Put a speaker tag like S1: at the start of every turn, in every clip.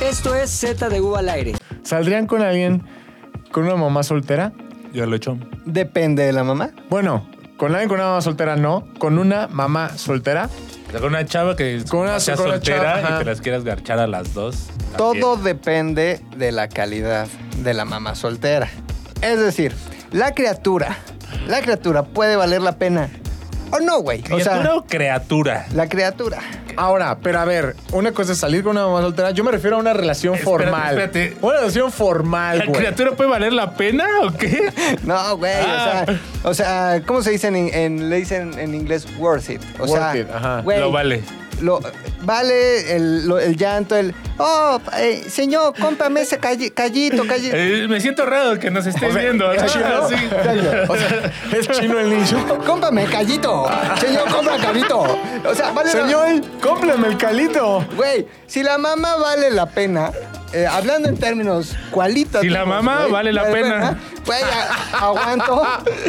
S1: Esto es Z de U al aire.
S2: ¿Saldrían con alguien, con una mamá soltera?
S3: Ya lo he hecho.
S4: Depende de la mamá.
S2: Bueno, con alguien con una mamá soltera no, con una mamá soltera.
S3: O sea, con una chava que
S2: Con una-
S3: sea
S2: con una
S3: soltera
S2: chava, ajá.
S3: y te las quieras garchar a las dos.
S4: Todo
S3: También.
S4: depende de la calidad de la mamá soltera. Es decir, la criatura, la criatura puede valer la pena o no, güey. O
S3: ¿Criatura o,
S4: sea,
S3: criatura?
S4: la criatura.
S2: Ahora, pero a ver, una cosa es salir con una mamá soltera. Yo me refiero a una relación
S3: Espérate,
S2: formal.
S3: espérate.
S2: Una relación formal,
S3: ¿La
S2: güey.
S3: criatura puede valer la pena o qué?
S4: No, güey,
S3: Ah.
S4: o sea, o sea, ¿cómo se dice en, en- le dicen en inglés worth it? O
S2: Worth
S4: sea,
S2: it, ajá.
S4: güey,
S3: Lo vale.
S4: lo- vale el, lo- el llanto, el oh, eh, señor, cómprame ese calli- callito, callito.
S3: Eh, me siento raro que nos estés
S2: O sea,
S3: viendo.
S2: ¿es
S3: Ah,
S2: chino?
S3: sí.
S4: O sea,
S2: Es chino el niño.
S4: Cómprame callito. Señor, compra callito. O sea, vale la-
S2: Señor, cómpleme el calito.
S4: Güey, si la mamá vale la pena, eh, hablando en términos cualitativos.
S3: Si la mamá
S4: güey, eh,
S3: vale la pena.
S4: Güey, a- aguanto,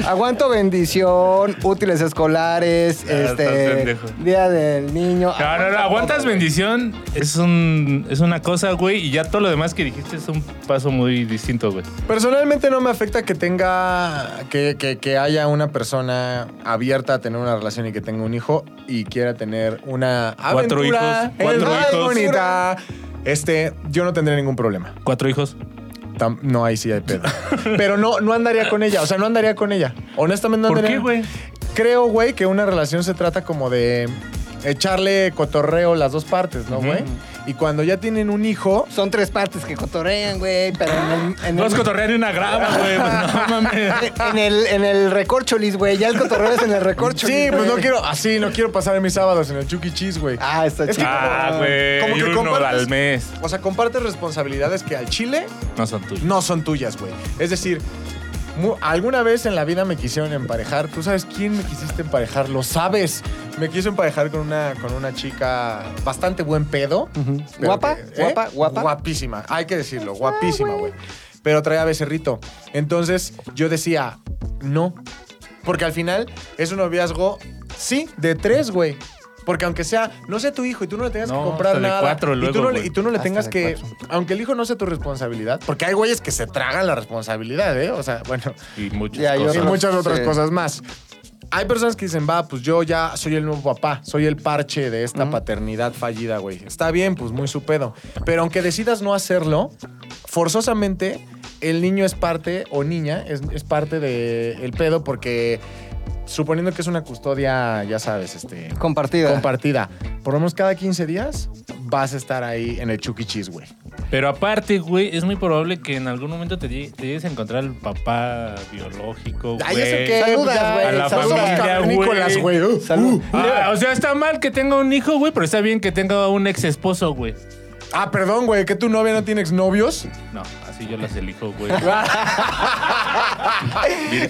S4: aguanto bendición, útiles escolares,
S3: Ah, estás
S4: este,
S3: pendejo.
S4: día del niño.
S3: No, no, no, aguantas
S4: todo, güey.
S3: bendición. Es, un, es una cosa, güey. Y ya todo lo demás que dijiste es un paso muy distinto, güey.
S2: Personalmente no me afecta que tenga, que, que- que haya una persona abierta a tener una relación y que tenga un hijo y quiera tener una
S3: Cuatro
S2: aventura.
S3: hijos, cuatro
S2: Es muy
S3: hijos.
S2: bonita. Este, yo no tendría ningún problema.
S3: Cuatro hijos.
S2: Tam- no, ahí sí hay pedo. Pero no, no andaría con ella. O sea, no andaría con ella. Honestamente no
S3: ¿Por
S2: andaría.
S3: qué, güey?
S2: Creo, güey, que una relación se trata como de echarle cotorreo las dos partes, ¿no, güey? Y cuando ya tienen un hijo,
S4: Son tres partes que cotorrean, güey, pero en el, en
S3: No
S4: el,
S3: es cotorrear ni una grava, güey. pues, No mames.
S4: en el, en el recorcholis, güey. Ya el cotorreo es en el recorcholis.
S2: Sí, pues
S4: güey.
S2: no quiero, así, no quiero pasar mis sábados en el Chucky Cheese, güey.
S4: Ah, está
S2: Es que
S4: chido.
S3: Ah, güey.
S2: Como que
S3: uno
S2: compartes-
S3: al mes.
S2: O sea, compartes responsabilidades que al chile
S3: No son tuyos.
S2: no son tuyas, güey. Es decir, mu- alguna vez en la vida me quisieron emparejar. ¿Tú sabes quién me quisiste emparejar? Lo sabes. Me quiso emparejar con una, con una chica bastante buen pedo. pero
S4: ¿Guapa?
S2: que-
S4: ¿Guapa? ¿Guapa?
S2: Guapísima. Hay que decirlo, guapísima, güey. Pero traía becerrito. Entonces yo decía, no. Porque al final es un noviazgo, sí, de tres, güey. Porque aunque sea, no sea tu hijo y tú no le tengas
S3: No,
S2: que comprar
S3: hasta de
S2: nada.
S3: cuatro
S2: y,
S3: luego,
S2: tú no, le-
S3: güey.
S2: y tú no le
S4: Hasta
S2: tengas
S4: Ah, de
S2: que.
S4: cuatro.
S2: Aunque el hijo no sea tu responsabilidad, porque hay güeyes que se tragan la responsabilidad, ¿eh? O sea, bueno,
S3: Y muchas
S4: Ya, yo
S3: cosas.
S2: y
S4: Otras,
S2: muchas otras
S4: sí.
S2: cosas más. Hay personas que dicen, va, pues yo ya soy el nuevo papá, soy el parche de esta paternidad fallida, güey. Está bien, pues muy su pedo. Pero aunque decidas no hacerlo, forzosamente el niño es parte, o niña, es, es parte del pedo porque suponiendo que es una custodia, ya sabes, este...
S4: Compartida.
S2: Compartida. Por lo menos cada 15 días vas a estar ahí en el Chucky Cheese, güey.
S3: Pero aparte, güey, es muy probable que en algún momento te, llegue- te llegues a encontrar el papá biológico, güey.
S2: Ay, eso qué,
S4: Saludas,
S2: Eh, ya,
S4: güey,
S3: a la
S2: saludas,
S3: familia,
S2: cabrón,
S3: güey.
S2: Nicolás, güey. Uh,
S4: Salud.
S2: uh.
S3: Ah, o sea, está mal que tenga un hijo, güey, pero está bien que tenga un ex esposo, güey.
S2: Ah, perdón, güey, que tu novia no tiene exnovios.
S3: No, así yo las elijo, güey.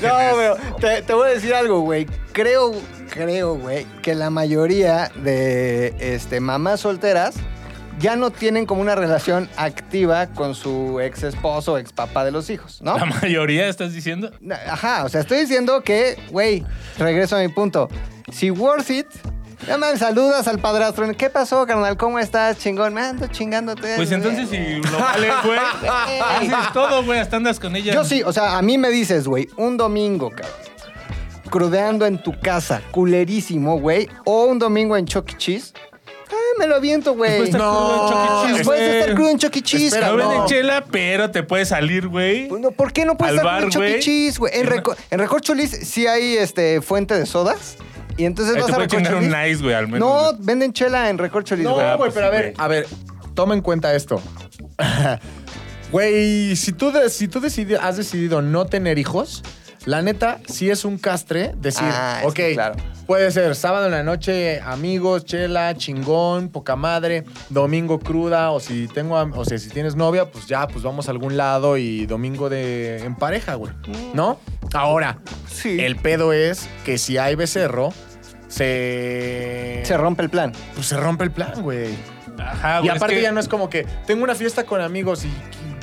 S4: No, pero te, te voy a decir algo, güey. Creo, creo, güey, que la mayoría de este, mamás solteras ya no tienen como una relación activa con su ex esposo o ex papá de los hijos, ¿no?
S3: La mayoría, ¿estás diciendo?
S4: Ajá, o sea, estoy diciendo que, güey, regreso a mi punto. Si worth it, ya me saludas al padrastro. ¿Qué pasó, carnal? ¿Cómo estás, chingón? Me ando chingándote.
S3: Pues entonces si lo vale, güey, haces todo, güey, hasta andas con ella.
S4: Yo sí, o sea, a mí me dices, güey, un domingo, cabrón. Crudeando en tu casa, culerísimo, güey. O un domingo en Chucky Cheese. Ay, me lo aviento, güey.
S3: Después estar crudo en Chucky Cheese,
S4: Después de
S3: güey.
S4: estar Pues, crudo en Chucky Cheese,
S2: Espera,
S3: No
S4: cabrón.
S3: venden chela, pero te puedes salir, güey.
S4: Bueno, ¿Por qué Pues, no puedes
S3: Al
S4: estar
S3: bar,
S4: en Chucky
S3: güey.
S4: Cheese, güey? En, Reco- en Recorcholis sí hay este, fuente de sodas. Y entonces
S3: Ahí
S4: vas
S3: te
S4: a
S3: puedes chingar un
S4: Recorcholis.
S3: nice, güey, al menos.
S4: no,
S3: güey.
S4: venden chela en Recorcholis,
S2: No,
S4: güey.
S2: güey,
S3: Ah, pues
S2: pero a
S3: sí,
S2: ver,
S3: güey.
S2: a ver, toma en cuenta esto. Güey, si tú, de- si tú decidi- has decidido no tener hijos, la neta, sí es un castre decir,
S4: Ah, es
S2: ok,
S4: que claro.
S2: puede ser sábado en la noche, amigos, chela, chingón, poca madre, domingo cruda, o si tengo, am- o sea, si tienes novia, pues ya, pues vamos a algún lado y domingo de en pareja, güey, ¿no? Ahora,
S4: Sí.
S2: el pedo es que si hay becerro, se...
S4: Se rompe el plan.
S2: Pues se rompe el plan, güey.
S3: Ajá,
S2: y
S3: güey, es
S2: aparte
S3: que-
S2: ya no es como que tengo una fiesta con amigos y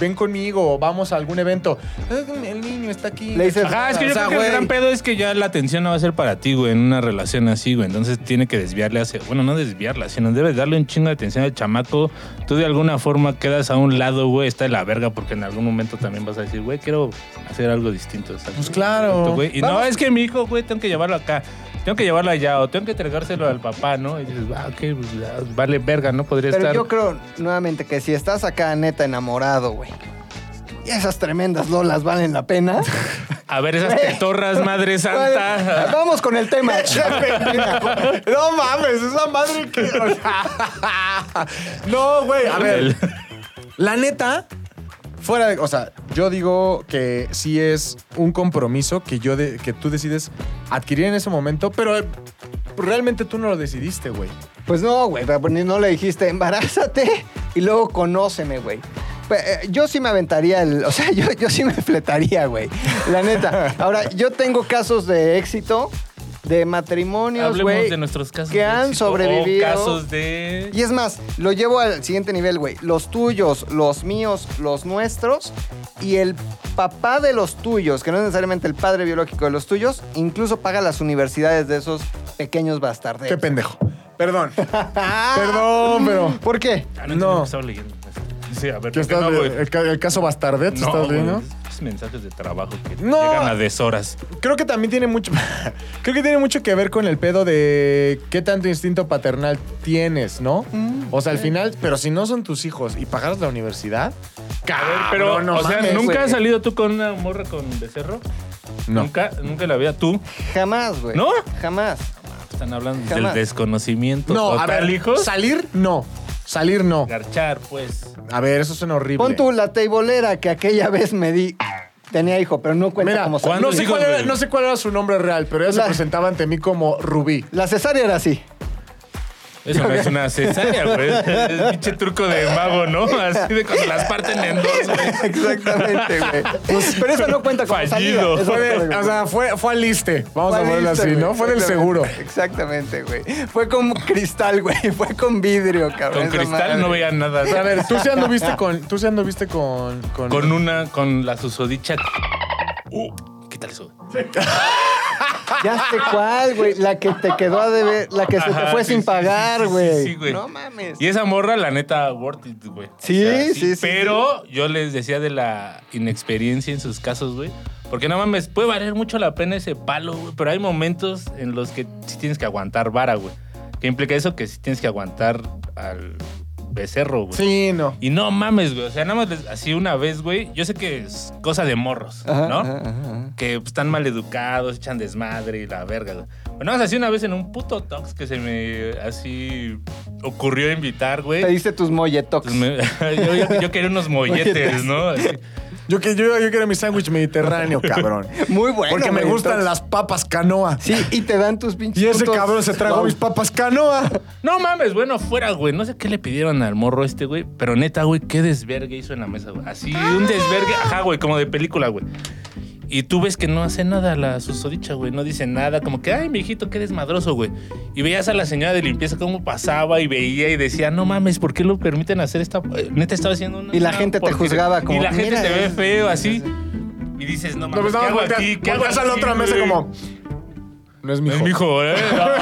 S2: ven conmigo o vamos a algún evento. "Ah, El niño está aquí.
S4: Le dices,
S3: Ajá, es que yo
S2: O sea,
S3: creo que el
S2: güey.
S3: gran pedo es que ya la atención no va a ser para ti, güey, en una relación así, güey. Entonces tiene que desviarle hacia. Bueno, no desviarla, sino debes darle un chingo de atención al chamaco. Tú de alguna forma quedas a un lado, güey, está en la verga, porque en algún momento también vas a decir, güey, quiero hacer algo distinto. ¿sabes?
S2: Pues claro.
S3: Güey, Y no,
S2: Vamos.
S3: es que mi hijo, güey, tengo que llevarlo acá. Tengo que llevarlo allá o tengo que entregárselo al papá, ¿no? Y dices, ah, ok, pues, ah, vale verga, no podría
S4: Pero
S3: estar.
S4: yo creo, nuevamente, que si estás acá neta enamorado, güey, y esas tremendas lolas valen la pena.
S3: A ver, esas
S4: Güey.
S3: tetorras, madre santa.
S4: Vale, Vamos con el tema.
S2: No mames, esa madre que. o sea, no, güey, a ver. La neta, fuera de. O sea, yo digo que sí es un compromiso que yo de- que tú decides adquirir en ese momento, pero eh, realmente tú no lo decidiste, güey.
S4: Pues no, güey, pero ni- no le dijiste, embarázate y luego conóceme, güey. Pe- eh, Yo sí me aventaría el. O sea, yo, yo sí me fletaría, güey. La neta. Ahora, yo tengo casos de éxito, de matrimonios,
S3: Hablemos
S4: güey.
S3: de nuestros casos.
S4: que
S3: de
S4: han
S3: éxito o
S4: sobrevivido.
S3: casos de.
S4: Y es más, lo llevo al siguiente nivel, güey. Los tuyos, los míos, los nuestros y el papá de los tuyos, que no es necesariamente el padre biológico de los tuyos, incluso paga las universidades de esos pequeños bastardos.
S2: Qué pendejo. Perdón. Perdón, pero.
S4: ¿Por qué?
S3: Ah,
S2: No.
S3: no. Estaba leyendo. Sí, a ver,
S2: ¿Qué
S3: ¿por qué
S2: estás-
S3: no, güey?
S2: el, ca- el caso Bastardet?
S3: No,
S2: ¿Estás
S3: güey,
S2: leyendo?
S3: esos mensajes de trabajo que
S2: No.
S3: llegan a deshoras.
S2: creo que también tiene mucho. creo que tiene mucho que ver con el pedo de qué tanto instinto paternal tienes, ¿no?
S4: Mm.
S2: o sea, al final, pero si no son tus hijos y pagas la universidad. Cabrón,
S3: Pero,
S2: no
S3: o sea,
S2: mames,
S3: ¿nunca
S2: güey.
S3: has salido tú con una morra con becerro?
S2: No.
S3: Nunca, nunca la veía tú.
S4: Jamás, güey.
S3: ¿No?
S4: Jamás.
S3: Están hablando
S4: Jamás.
S3: del desconocimiento
S2: No, a
S3: total,
S2: ver,
S3: hijos.
S2: salir, no. Salir, no.
S3: Garchar, pues.
S2: A ver, eso suena horrible.
S4: Pon tú la teibolera que aquella vez me di. Tenía hijo, pero no cuenta
S2: Mira,
S4: como
S3: ¿cuándo?
S2: no
S4: salió.
S2: sé,
S3: hijos,
S2: cuál era,
S3: güey?
S2: no sé cuál era su nombre real, pero ella se
S4: La-
S2: presentaba ante mí como Rubí.
S4: La cesárea era así.
S3: Eso no es una cesárea, güey. Es pinche truco de mago, ¿no? Así de cuando las parten en dos, güey.
S4: Exactamente, güey. Pues, pero eso no cuenta como
S3: Fallido.
S4: salida. Eso no
S2: Fue
S4: cuenta
S2: de-
S4: como-
S2: o sea, fue, fue al liste. Vamos a
S4: Fue
S2: ponerlo
S4: listo,
S2: así,
S4: güey.
S2: ¿no? Fue del seguro.
S4: Exactamente, güey. Fue con cristal, güey. Fue con vidrio, cabrón.
S3: Con
S4: Esa
S3: cristal
S4: madre.
S3: no veía nada.
S2: A ver, tú se anduviste con. Tú se anduviste con.
S3: Con una, con la susodicha. Uh, ¿Qué tal eso?
S4: Ya sé cuál, güey. La que te quedó a deber, la que se te
S3: Ajá,
S4: fue
S3: sí,
S4: sin
S3: sí,
S4: pagar,
S3: sí, sí,
S4: güey.
S3: sí, güey.
S4: No mames.
S3: Y esa morra, la neta, worth it, güey.
S4: Sí, sí, sí,
S3: Pero yo les decía de la inexperiencia en sus casos, güey. Porque no mames, puede valer mucho la pena ese palo, güey. Pero hay momentos en los que sí tienes que aguantar vara, güey. Que implica eso que sí tienes que aguantar al becerro, güey.
S2: Sí, no.
S3: Y no mames, güey. O sea, nada más les- así una vez, güey. Yo sé que es cosa de morros,
S4: Ajá,
S3: ¿no?
S4: ajá, ajá.
S3: que pues, están mal educados, echan desmadre y la verga. güey. Bueno, o sea, así una vez en un puto tox que se me así ocurrió
S4: Te
S3: invitar, güey.
S4: diste tus molletox.
S3: Pues me- yo, yo- yo quería unos molletes, ¿no? Así.
S2: Yo, que- yo, yo quiero mi sándwich mediterráneo, cabrón.
S4: Muy bueno.
S2: Porque me
S4: molletox.
S2: gustan las papas canoa.
S4: Sí, y te dan tus pinches.
S2: Y ese
S4: putos-
S2: cabrón se trajo
S4: Wow.
S2: mis papas canoa.
S3: No mames, bueno, fuera, güey. No sé qué le pidieron al morro este, güey. Pero neta, güey, qué desvergue hizo en la mesa, güey. Así,
S4: Ah.
S3: un desvergue, ajá, güey, como de película, güey. Y tú ves que no hace nada la susodicha, güey. No dice nada. Como que, ay, mijito, qué desmadroso, güey. Y veías a la señora de limpieza cómo pasaba y veía y decía, no mames, ¿por qué lo permiten hacer esta? eh, Neta estaba haciendo una.
S4: Y la gente te
S3: porquería".
S4: juzgaba como,
S3: Y la gente
S4: "Mira,
S3: te ve
S4: es-
S3: feo, así. Y dices,
S2: No,
S3: no mames,
S2: pues
S3: ¿qué
S2: nada,
S3: hago
S2: volteas-
S3: aquí? ¿Qué hago
S2: volteas a la
S3: aquí,
S2: otra mesa
S3: güey?"
S2: como. No es mi
S3: No es
S2: hijo.
S3: mi hijo, ¿eh?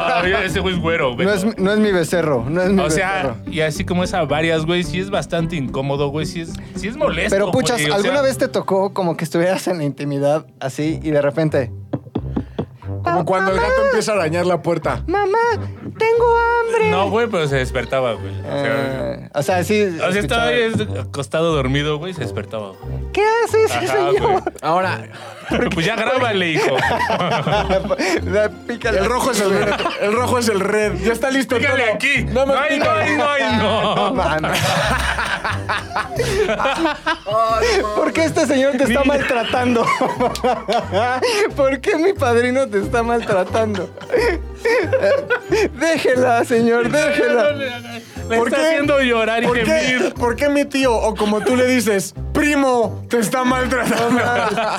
S3: Ay, ese güey es güero, güey.
S4: No es, no es mi becerro. No es mi
S3: O
S4: becerro.
S3: sea, y así como es a varias, güey, sí es bastante incómodo, güey, sí es, sí es molesto.
S4: Pero puchas,
S3: güey, o
S4: ¿alguna
S3: sea,
S4: vez te tocó como que estuvieras en la intimidad así y de repente,
S2: Como cuando el gato empieza a arañar la puerta.
S4: mamá, tengo hambre?
S3: No, güey, pero se despertaba, güey. O
S2: Ah,
S3: sea,
S4: Eh, o sea, sí.
S3: o sea, estaba
S4: escuchaba-
S3: ahí acostado dormido, güey, se despertaba. güey.
S4: ¿Qué hace ese
S3: Ajá,
S4: señor?
S2: Ahora,
S3: güey. Pues ya grábale, hijo.
S4: La- pícale.
S2: el rojo es el red. El rojo es el red. Ya está listo.
S3: Pícale
S2: todo.
S3: aquí.
S2: Nada
S3: No,
S2: más
S3: ay, no,
S2: pícale.
S3: ay, no, ay,
S4: No
S3: no.
S4: mames. ¿Por qué este señor te está maltratando? ¿Por qué mi padrino te está maltratando? Déjela, señor,
S3: No, no
S4: déjela.
S3: le hagas. La
S2: ¿Por
S3: está
S2: qué?
S3: haciendo llorar y
S2: ¿Por qué,
S3: gemir.
S2: ¿Por qué mi tío, o como tú le dices, primo, te está maltratando?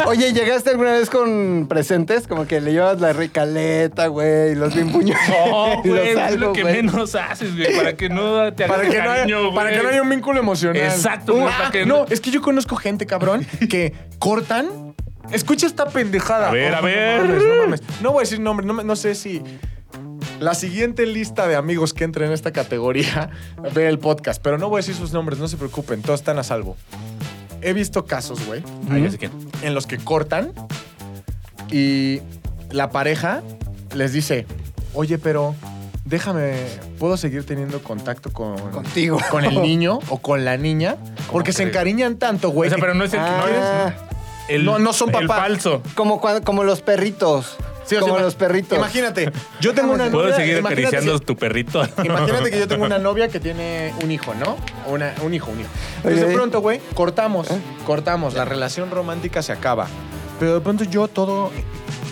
S4: Oye, ¿llegaste alguna vez con presentes? Como que le llevas la recaleta, güey, los bimpuños.
S3: No,
S4: y los
S3: güey, es
S4: algo,
S3: lo que
S4: güey.
S3: menos haces, güey, para que no te
S2: para,
S3: hagas
S2: que no haya,
S3: cariño, güey.
S2: para que no haya un vínculo emocional.
S3: Exacto,
S2: Uh,
S3: güey, para
S2: ah,
S3: que
S2: no,
S3: no-
S2: es que yo conozco gente, cabrón, que cortan. Escucha esta pendejada.
S3: A ver, a ver.
S2: No, mames, no, mames. No voy a decir nombre, no, me- no sé si. La siguiente lista de amigos que entren en esta categoría ve el podcast, pero no voy a decir sus nombres, no se preocupen, todos están a salvo. He visto casos, güey,
S3: Ah, ya sé quién.
S2: en los que cortan y la pareja les dice, oye, pero déjame, ¿puedo seguir teniendo contacto con,
S4: Contigo.
S2: con el niño o con la niña? Porque se
S3: crees?
S2: encariñan tanto, güey.
S3: O sea,
S2: que-
S3: pero no es el, no
S4: Ah,
S3: es el-
S2: no, no son
S3: El
S2: papá.
S3: falso.
S4: como, cuando- como los perritos.
S2: Sí, o sea,
S4: como
S2: ima-
S4: los perritos.
S2: Imagínate, yo tengo una
S3: ¿Puedo
S2: novia-
S3: seguir
S2: imagínate
S3: acariciando
S2: si-
S3: tu perrito?
S2: Imagínate que yo tengo una novia que tiene un hijo, ¿no? O una- un hijo, un hijo. Entonces,
S4: Ok. ¿Eh?
S2: de pronto, güey, cortamos, cortamos, la relación romántica se acaba. Pero de pronto yo todo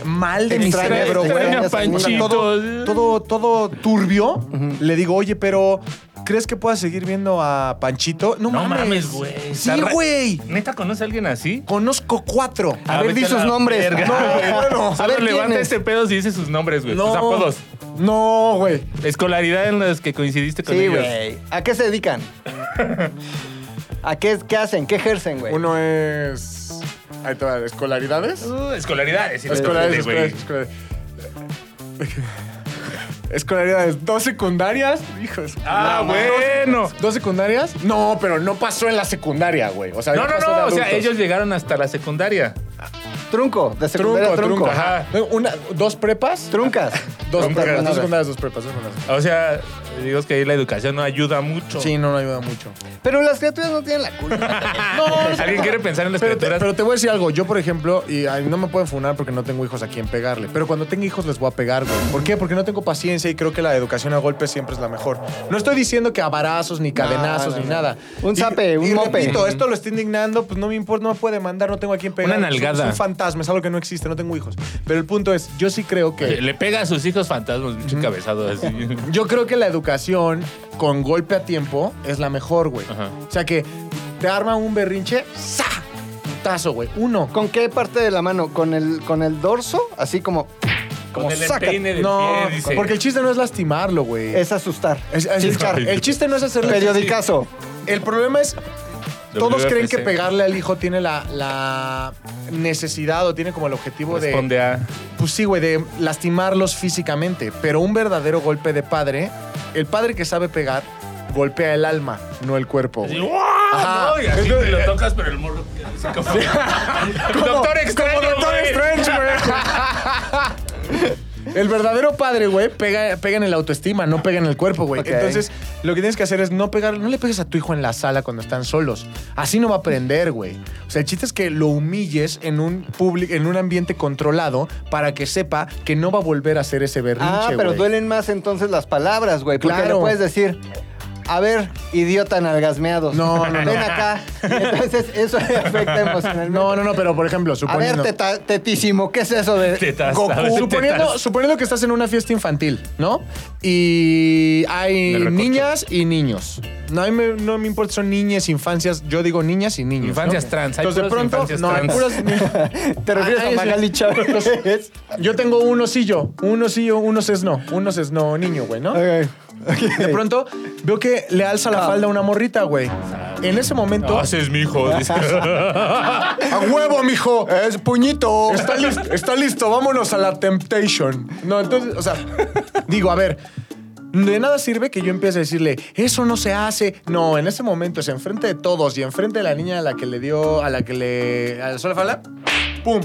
S2: mal de mi
S4: Extraño,
S2: cerebro, güey.
S4: extraño a
S2: O sea,
S3: Panchito.
S2: Todo, todo, todo turbio. Le digo, oye, pero ¿crees que puedas seguir viendo a Panchito? No,
S3: No mames,
S2: mames,
S3: güey.
S2: Sí,
S3: Está ra-
S2: güey.
S3: ¿Neta conoce a alguien así?
S2: Conozco cuatro.
S4: A ver,
S3: vete
S4: di sus
S3: la
S4: nombres.
S3: verga.
S4: No,
S2: güey, bueno.
S3: Solo
S4: A ver,
S3: levanta
S4: ¿quién es?
S3: este pedo si dice sus nombres, güey. Sus apodos.
S2: No, güey.
S3: Escolaridad en las que coincidiste con
S4: Sí,
S3: ellos.
S4: güey. ¿A qué se dedican? ¿A qué, qué hacen? ¿Qué ejercen, güey?
S2: Uno es. Ahí te va, escolaridades.
S3: Uh, escolaridades. sí,
S2: Escolaridades,
S3: güey.
S2: escolaridades, escolaridades. Escolaridades, dos secundarias, hijos.
S3: Ah, bueno.
S2: ¿Dos secundarias? No, pero no pasó en la secundaria, güey. O sea,
S3: No,
S2: ya
S3: no,
S2: pasó de
S3: no. O sea,
S2: adultos.
S3: ellos llegaron hasta la secundaria.
S4: Trunco, de secundaria
S2: Trunco,
S4: trunco.
S2: Este trunco.
S4: Ajá.
S2: Ajá. Una, dos prepas.
S4: Truncas.
S2: Dos
S3: Truncas.
S2: prepas, dos secundarias, dos prepas. dos secundarias.
S3: O sea, digo que ahí la educación no ayuda mucho.
S2: Sí, no, no ayuda mucho.
S4: Pero las criaturas no tienen la culpa.
S3: ¿Alguien quiere pensar en las
S2: Pero te,
S3: criaturas?
S2: pero te voy a decir algo. Yo, por ejemplo, y ay, no me pueden funar porque no tengo hijos a quien pegarle. Pero cuando tenga hijos les voy a pegar, güey. ¿Por qué? Porque no tengo paciencia y creo que la educación a golpes siempre es la mejor. No estoy diciendo que a barazos, ni cadenazos,
S4: no,
S2: ni
S4: no.
S2: nada.
S4: Un
S2: Y-
S4: zape, un
S2: y
S4: mope.
S2: repito, esto lo está indignando, pues no me importa, no me puede mandar, no tengo a quien pegar. Es
S3: Una
S2: un-
S3: nalgada.
S2: Es un fantasma, es algo que no existe, no tengo hijos. Pero el punto es, yo sí creo que...
S3: Le pega a sus hijos fantasmas, pinche cabezado así.
S2: Yo creo que la educación con golpe a tiempo es la mejor, güey.
S3: Ajá.
S2: O sea que te arma un berrinche, ¡sa! Tazo, güey. Uno.
S4: ¿Con qué parte de la mano? ¿Con el, con el dorso? Así como. Como
S3: Con el
S4: saca.
S3: empeine del
S2: No,
S3: pie, dice.
S2: porque el chiste no es lastimarlo, güey.
S4: Es asustar.
S2: Es- es hinchar. El chiste no es hacerle.
S4: Periodicazo.
S2: El problema es. Todos
S3: WFC.
S2: creen que pegarle al hijo tiene la, la necesidad o tiene como el objetivo de.
S3: Responde a...
S2: Pues sí, güey, de lastimarlos físicamente. Pero un verdadero golpe de padre, el padre que sabe pegar, golpea el alma, no el cuerpo.
S3: Así,
S2: güey.
S3: ¡guau! ¿no? Y así
S2: Entonces-
S3: te lo tocas, pero el morro. así como- Doctor extraño.
S2: Como Doctor
S3: güey.
S2: Strange, güey. El verdadero padre, güey, pega, pega en el autoestima, no pega en el cuerpo, güey.
S4: Ok.
S2: Entonces, lo que tienes que hacer es no pegar, no le pegues a tu hijo en la sala cuando están solos. Así no va a aprender, güey. O sea, el chiste es que lo humilles en un público, en un ambiente controlado para que sepa que no va a volver a hacer ese berrinche,
S4: Ah, pero
S2: güey.
S4: duelen más entonces las palabras, güey. Porque
S2: Claro.
S4: le puedes decir. A ver, idiota nalgasmeados.
S2: No, no, no.
S4: Ven acá. Entonces, eso le afecta emocionalmente.
S2: No, no, no, pero por ejemplo,
S4: A ver,
S2: suponiendo.
S4: teta- tetísimo, ¿qué es eso de
S3: Tetas, ¿sabes?
S4: Goku?
S2: Suponiendo,
S3: Tetas.
S2: suponiendo que estás en una fiesta infantil, ¿no? Y
S3: Me
S2: hay
S3: recorcho.
S2: niñas y niños. No, a mí me, no me importa, son niñas, infancias. Yo digo niñas y niños.
S3: Infancias
S2: ¿no?
S3: trans, hay
S2: Entonces, de
S3: puras
S2: pronto,
S3: infancias
S2: no, hay
S3: trans.
S2: puras niñas.
S4: ¿Te refieres
S2: Ay,
S4: a
S2: sí.
S4: Magali Chávez?
S2: Yo tengo un osillo, un osillo, unos es no, unos es no, niño, güey, ¿no? De pronto veo que le alza
S4: Ah.
S2: la falda a una morrita, güey. En ese momento.
S3: No, ese es mi hijo. dice.
S2: ¡A huevo, mijo! ¡Es puñito! Está listo, está listo, vámonos a la Temptation. No, entonces, o sea, digo, a ver. De nada sirve que yo empiece a decirle, eso no se hace. No, en ese momento es enfrente de todos y enfrente de la niña a la que le dio, a la que le alzó la falda, ¡pum!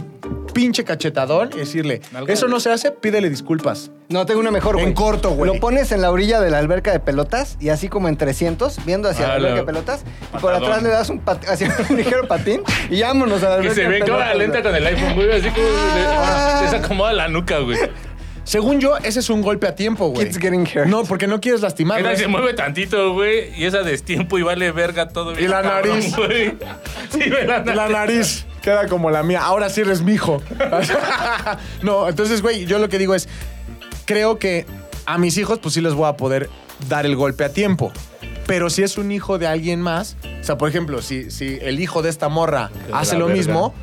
S2: Pinche cachetadón y decirle,
S3: Nalgada.
S2: eso no se hace, pídele disculpas.
S4: No, tengo una mejor, güey.
S2: En corto, güey.
S4: Lo pones en la orilla de la alberca de pelotas y así como en 300, viendo hacia la
S3: Ah, la-
S4: alberca de pelotas. Y por
S3: Patadón.
S4: atrás le das un, pat- hacia un ligero patín y vámonos a la
S3: Que
S4: alberca
S3: se
S4: de
S3: ve
S4: pelotas,
S3: toda
S4: güey.
S3: lenta con el iPhone, güey. Así como.
S4: Ah.
S3: Se acomoda la nuca, güey.
S2: Según yo, ese es un golpe a tiempo, güey.
S4: Kids getting hurt.
S2: No, porque no quieres lastimarlo.
S3: Mira,
S2: Es-
S3: se mueve tantito, güey. Y esa destiempo y vale verga todo. bien,
S2: la
S3: cabrón,
S2: nariz.
S3: güey. Sí, ve la nariz.
S2: La nariz queda como la mía. Ahora sí eres mi hijo. no, entonces, güey, yo lo que digo es, creo que a mis hijos, pues sí les voy a poder dar el golpe a tiempo. Pero si es un hijo de alguien más, o sea, por ejemplo, si, si el hijo de esta morra
S3: de
S2: hace
S3: la
S2: lo
S3: verga.
S2: mismo,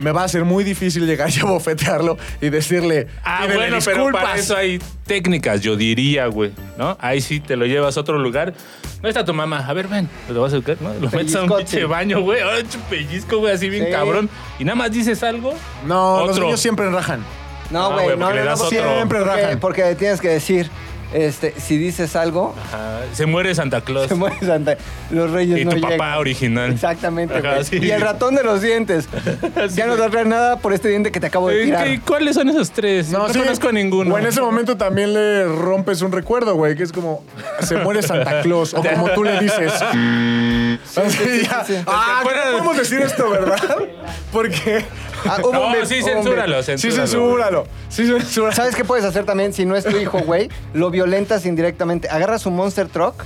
S2: me va a ser muy difícil llegar y a bofetearlo y decirle,
S3: Ah,
S2: "Pídele
S3: bueno, pero para
S2: disculpas".
S3: eso hay técnicas, yo diría, güey, ¿no? Ahí sí te lo llevas a otro lugar. No está tu mamá, a ver, ven, lo vas a educar, ¿no? Lo metes a un
S4: Pellizcote.
S3: pinche baño, güey, ah, chu- pellizco, güey, así bien
S4: Sí.
S3: cabrón. Y nada más dices algo.
S2: No, los
S3: Otro.
S2: niños siempre rajan.
S4: No,
S3: Ah,
S4: güey,
S3: güey,
S4: no,
S3: porque
S4: no, no,
S3: le das
S4: porque-
S3: otro.
S2: Siempre
S4: porque,
S2: rajan.
S4: porque tienes que decir, este, si dices algo,
S3: ah, se muere Santa Claus.
S4: se muere Santa. Los reyes
S3: Y
S4: no
S3: tu
S4: llegan.
S3: papá original.
S4: Exactamente,
S3: Ajá,
S4: güey.
S3: sí.
S4: Y el ratón de los dientes. ya no te va a traer nada por este diente que te acabo de
S3: Eh,
S4: tirar.
S3: ¿qué- ¿Cuáles son esos tres? No,
S2: sí.
S3: conozco a ninguno.
S2: O en ese momento también le rompes un recuerdo, güey, que es como se muere Santa Claus o como tú le dices. Así ya.
S4: sí.
S2: Ah,
S3: ¿Te acuerdas?
S2: no podemos decir esto, ¿verdad? Porque
S4: Ah, hubo un
S3: No,
S4: meme,
S3: sí,
S4: hubo un meme.
S3: censúralo, censúralo.
S2: sí censúralo, sí censúralo.
S4: ¿Sabes qué puedes hacer también si no es tu hijo, güey? Lo violentas indirectamente. Agarras un monster truck,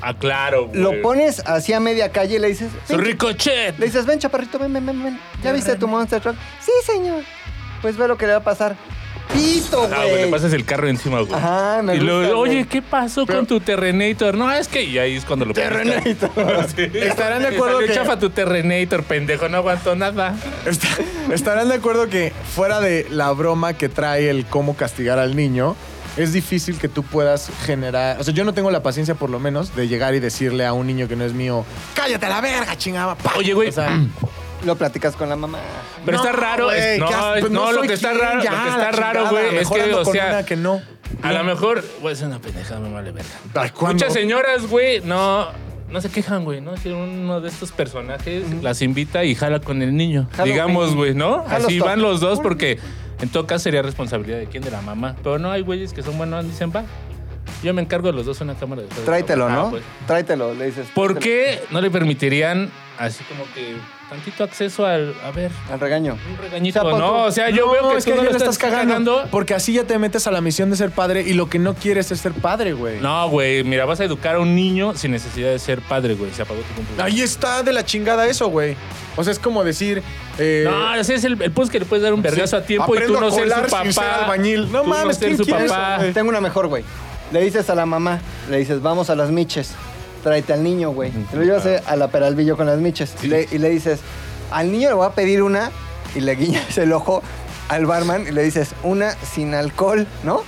S3: Ah, claro, güey.
S4: lo pones hacia media calle y le dices.
S3: Su
S4: "Ven,
S3: ricochet.
S4: Le dices, ven, chaparrito, ven, ven, ven, ven. ¿Ya viste tu monster truck? Sí, señor. Pues ve lo que le va a pasar. Pito,
S3: Ah, güey, le
S4: güey.
S3: pasas el carro encima, güey.
S4: Ajá, me
S3: Y luego,
S4: gusta, güey.
S3: oye, ¿qué pasó con tu Terrenator? No, es que. Y ahí es cuando lo Terrenator.
S4: Ah,
S2: Estarán de acuerdo que-
S3: chafa tu Terrenator, pendejo, no aguantó nada.
S2: Está- estarán de acuerdo que fuera de la broma que trae el cómo castigar al niño, es difícil que tú puedas generar. O sea, yo no tengo la paciencia, por lo menos, de llegar y decirle a un niño que no es mío, cállate a la verga, chingada. pa".
S3: Oye, güey.
S2: O sea,
S4: Lo platicas con la mamá.
S3: Pero
S2: No,
S3: está raro.
S2: güey,
S3: es- no,
S2: qué as- pues
S3: no, lo
S2: soy
S3: que está
S2: quien,
S3: raro,
S2: ya,
S3: lo que
S2: la
S3: está raro,
S2: chingada,
S3: güey, es
S2: mejor
S3: que,
S2: ando
S3: o
S2: con
S3: sea,
S2: una que no.
S3: a lo mejor, güey, es una pendejada, me vale verga.
S2: Ay, ¿cuándo?
S3: Muchas señoras, güey, no, no se quejan, güey, ¿no? Si uno de estos personajes las invita y jala con el niño.
S4: Jalo,
S3: digamos,
S4: güey.
S3: güey, ¿no?
S4: Jalo
S3: Así
S4: top.
S3: van los dos porque en todo caso sería responsabilidad de quién, de la mamá. Pero no hay güeyes que son buenos, dicen, va, yo me encargo de los dos una cámara de fotos".
S4: Tráetelo,
S3: Ah,
S4: ¿no?
S3: pues.
S4: Tráetelo, le dices.
S3: ¿Por
S4: tráetelo.
S3: qué no le permitirían así como que tantito acceso al, a ver,
S4: Al regaño.
S3: un regañito,
S4: O sea, pon tú-
S3: no? O sea, yo
S2: No,
S3: veo que
S2: es
S3: tú
S2: que
S3: no
S2: ya
S3: lo
S2: la
S3: estás, cagando.
S2: Porque así ya te metes a la misión de ser padre y lo que no quieres es ser padre, güey.
S3: No, güey, mira, vas a educar a un niño sin necesidad de ser padre, güey. Se apagó tu computadora.
S2: Ahí está de la chingada eso, güey. O sea, es como decir. eh,
S3: No, ese es el, el post que le puedes dar un vergazo a tiempo y tú
S2: Aprendo
S3: no
S2: a
S3: ser
S2: colar
S3: su
S2: sin ser
S3: papá.
S2: albañil. No
S3: Tú
S2: mames,
S3: ser
S2: ¿quién
S3: su
S2: quiere eso,
S3: papá.
S2: güey?
S4: Tengo una mejor, güey. Le dices a la mamá, le dices, vamos a las miches. Tráete al niño, güey. Te lo llevas eh, a la Peralvillo con las miches. Y, le, y le dices, al niño le voy a pedir una. Y le guiñas el ojo al barman y le dices, una sin alcohol, ¿no?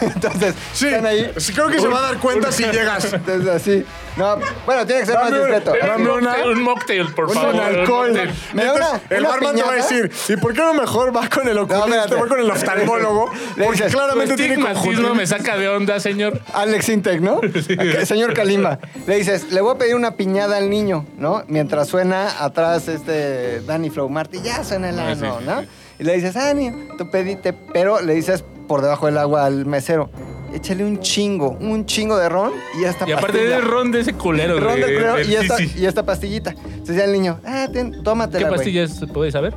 S4: Entonces,
S2: Sí,
S4: están ahí.
S2: sí, creo que se va a dar cuenta si llegas.
S4: Entonces, así. No, bueno, tiene que ser más
S2: Dame un-
S4: discreto.
S2: dame Dame
S3: Un
S2: una-
S3: mocktail, Un mocktail, por
S2: Con
S3: favor. un
S2: alcohol.
S3: mocktail.
S4: Me da
S2: Entonces,
S4: una-
S2: el
S4: una
S2: barman te va a
S4: piñata.
S2: decir, ¿y por qué no mejor vas con el oculista,
S4: espérate.
S2: vas con el oftalmólogo?
S4: Le
S2: Porque
S4: dices,
S3: Tu
S2: claramente tiene
S3: estigmatismo me
S2: conjuntivitis.
S3: saca de onda, señor.
S4: Alex Intec, ¿no? Ok, Señor Kalimba. Le dices, le voy a pedir una piñada al niño, ¿no? Mientras suena atrás este Danny Flow Marty, ya suena el
S3: Ah, sí,
S4: ano,
S3: sí,
S4: ¿no?
S3: sí.
S4: Y le dices, Dani, tú pediste, pero le dices por debajo del agua al mesero, échale un chingo, un chingo de ron y hasta
S3: Y aparte de ron de ese culero,
S4: Ron de
S3: güey,
S4: creo
S3: del
S4: y esta,
S3: sisi.
S4: y esta pastillita. Entonces ya el niño, ah, ten,
S3: ¿Qué
S4: tómatela, güey.
S3: pastillas se puede saber?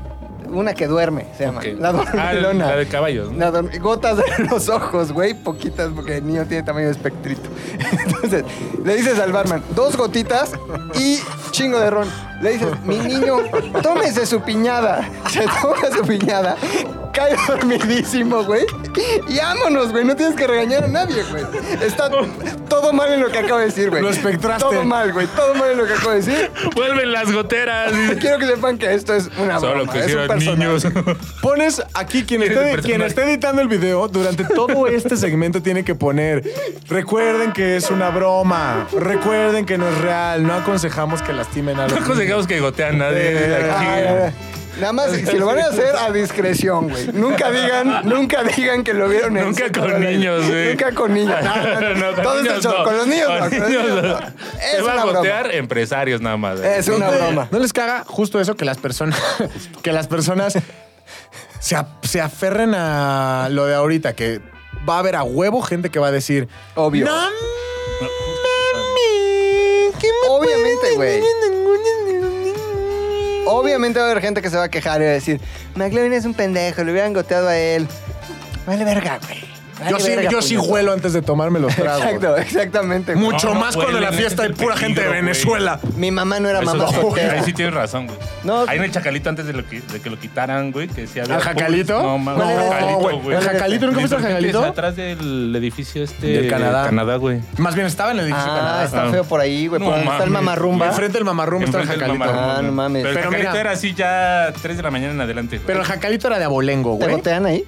S4: Una que duerme, se llama.
S3: Ok.
S4: La
S3: Ah,
S4: dormilona.
S3: la de caballos. ¿no?
S4: La dorm- gotas de los ojos, güey, poquitas, porque el niño tiene tamaño de espectrito. Entonces, le dices al barman, dos gotitas y chingo de ron. Le dices, mi niño, tómese su piñada. Se toma su piñada, cae dormidísimo, güey. Y vámonos, güey, no tienes que regañar a nadie, güey. Está todo mal en lo que acabo de decir, güey.
S2: Lo espectraste.
S4: Todo mal, güey, todo mal en lo que acabo de decir.
S3: Vuelven las goteras.
S4: Quiero que sepan que esto es una
S3: Solo
S4: broma,
S3: que
S4: es un
S3: hicieron
S4: personaje.
S3: niños.
S2: Pones aquí quien
S3: Eres
S2: esté,
S3: el
S2: quien
S3: personaje.
S2: esté editando el video durante todo este segmento tiene que poner recuerden que es una broma, recuerden que no es real, no aconsejamos que lastimen a los
S3: No aconsejamos que gotea a nadie.
S2: Eh,
S3: aquí.
S4: Ay, ay, ay. Ah, Nada más, si lo van a hacer a discreción, güey. Nunca digan, nunca digan que lo vieron en
S3: Nunca
S4: Zócalo,
S3: con
S4: güey.
S3: niños, güey.
S4: Nunca con niños. No, no, no.
S3: No, con
S4: Todo
S3: niños
S4: es hecho,
S3: no.
S4: Con los niños,
S3: Con
S4: no, con los
S3: niños
S4: niños no.
S3: no. Se
S4: Es
S3: va
S4: una
S3: a gotear
S4: broma.
S3: empresarios nada más. ¿eh? güey.
S4: Es una broma.
S2: ¿No les caga justo eso que las personas que las personas se, a- se aferren a lo de ahorita que va a haber a huevo gente que va a decir
S4: Obvio.
S2: "No mames, ¿qué me
S4: Obviamente,
S2: puede
S4: güey.
S2: ningún-
S4: Obviamente va a haber gente que se va a quejar y va a decir, McLevin es un pendejo, le hubieran goteado a él. Vale verga, güey.
S2: Yo
S4: Vale,
S2: sí,
S4: verga,
S2: yo sí
S4: puñetas.
S2: huelo antes de tomarme los tragos.
S4: Exacto, exactamente. Este güey.
S2: Mucho
S3: No, no
S2: más cuando la
S3: huelen,
S2: fiesta
S3: ese
S2: hay
S3: es el
S2: pura gente de
S3: peligro, güey.
S2: Venezuela.
S4: Mi mamá no era
S3: Eso
S4: mamá
S3: sí,
S4: soltera.
S3: Ahí sí tienes razón, güey.
S4: No.
S3: Ahí en el Chacalito, antes de, lo que, de que lo quitaran, güey, que decía... pues,
S2: ¿Al Jacalito?
S3: No, mames,
S4: No,
S3: Jacalito,
S2: güey.
S3: güey.
S2: ¿Al Jacalito? ¿Nunca fuiste al Jacalito?
S3: Atrás del edificio este...
S2: Del Canadá.
S3: güey.
S2: Más bien estaba en el edificio
S4: Ah,
S2: Canadá.
S4: está feo por ahí, güey.
S3: No
S4: por donde está el
S3: mames.
S4: mamarrumba.
S2: Enfrente del mamarrum está el
S3: Enfrente
S2: jacalito.
S3: del Mamarrumba.
S4: Ah, no mames.
S3: Pero, el
S2: Pero
S3: Jacalito
S2: mira.
S3: era así ya 3 de la mañana en adelante, güey.
S2: Pero el jacalito era de abolengo,
S4: ¿Te
S2: güey.
S4: botean ahí?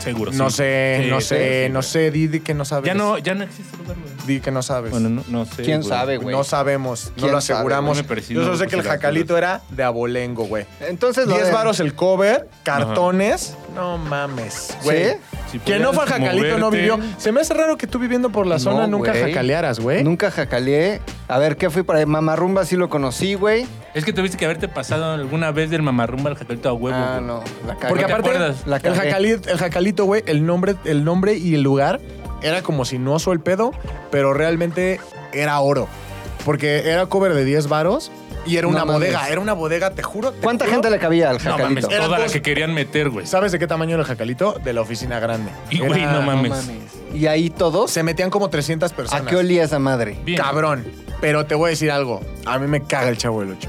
S3: Seguro,
S2: No
S3: sí.
S2: sé, Pues,
S3: Sí,
S2: no
S3: sí,
S2: sé,
S3: sí,
S2: no
S3: güey.
S2: sé. Di di que no sabes.
S3: Ya no, ya no existe lugar, güey.
S2: Di que no sabes.
S3: Bueno, no, no sé,
S4: ¿Quién
S3: güey.
S4: sabe, güey?
S2: No sabemos, no
S4: ¿Quién
S2: lo
S4: sabe?
S2: aseguramos.
S3: No me persigno,
S2: Yo solo sé
S3: no
S2: que el
S3: sé las
S2: jacalito era de abolengo, güey.
S4: Entonces lo
S2: 10
S4: de-
S2: varos el cover, cartones. No mames, güey.
S4: ¿Sí?
S3: Si
S2: Quien no fue a
S3: pudieras
S2: Jacalito no
S3: moverte.
S2: vivió. Se me hace raro que tú viviendo por la
S4: No,
S2: zona nunca
S4: güey.
S2: jacalearas, güey.
S4: Nunca jacaleé. A ver, ¿qué fui para ahí? Mamarrumba sí lo conocí, güey.
S3: Es que tuviste que haberte pasado alguna vez del mamarrumba al Jacalito a huevo,
S4: Ah,
S3: güey.
S4: no. La cagué.
S2: Porque
S3: ¿No te
S2: aparte,
S3: acuerdas?
S4: La
S2: el,
S4: cagué.
S2: jacalito, el jacalito, güey, el nombre, el nombre y el lugar era como sinuoso el pedo, pero realmente era oro. Porque era cover de 10 varos y era
S4: No
S2: una
S4: mames.
S2: bodega. Era una bodega, te juro. te
S4: ¿Cuánta
S2: juro.
S4: gente le cabía al
S3: No mames,
S4: jacalito?
S2: Era
S3: toda la
S2: dos-
S3: que querían meter, güey.
S2: ¿Sabes de qué tamaño era el jacalito? De la oficina grande.
S3: Y,
S2: Era-
S4: Ah,
S3: güey, no mames.
S4: y ahí todos.
S2: Se metían como 300
S4: ¿A
S2: personas.
S4: qué olía esa madre?
S3: Bien.
S2: Cabrón. Pero te voy a decir algo. A mí me caga el chavo del 8.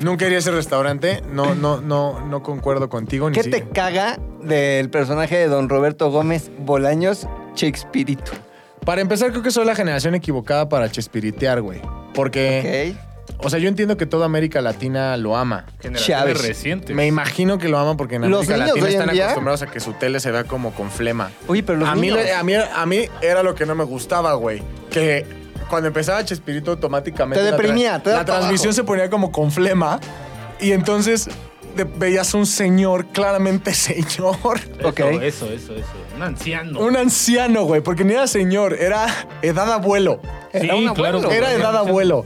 S2: Nunca iría a ese restaurante. No, no, no, no concuerdo contigo. ni
S4: ¿Qué
S2: si-
S4: te caga del personaje de don Roberto Gómez Bolaños Shakespearito?
S2: Para empezar, creo que soy la generación equivocada para chespiritear, güey. Porque,
S4: ¿Ok?
S2: o sea, yo entiendo que toda América Latina lo ama.
S3: Generaciones
S4: Chávez.
S3: recientes.
S2: Me imagino que lo ama porque en
S4: Los
S2: América
S4: niños
S2: Latina
S4: de hoy en
S2: están
S4: día-
S2: acostumbrados a que su tele se vea como con flema.
S4: Oye, pero los
S2: a, mí,
S4: niños...
S2: le- a, mí, a mí era lo que no me gustaba, güey. Que cuando empezaba Chespirito automáticamente...
S4: Te
S2: la tra-
S4: deprimía, te
S2: La,
S4: daba para
S2: transmisión
S4: abajo.
S2: se ponía como con flema. Y entonces de- veías un señor, claramente señor.
S3: Eso,
S4: Ok.
S3: Eso, eso, eso. Un anciano.
S2: Un anciano, güey. Porque ni era señor, era edad abuelo.
S3: Sí,
S4: Era un
S3: claro.
S4: abuelo,
S3: güey.
S2: Era edad abuelo.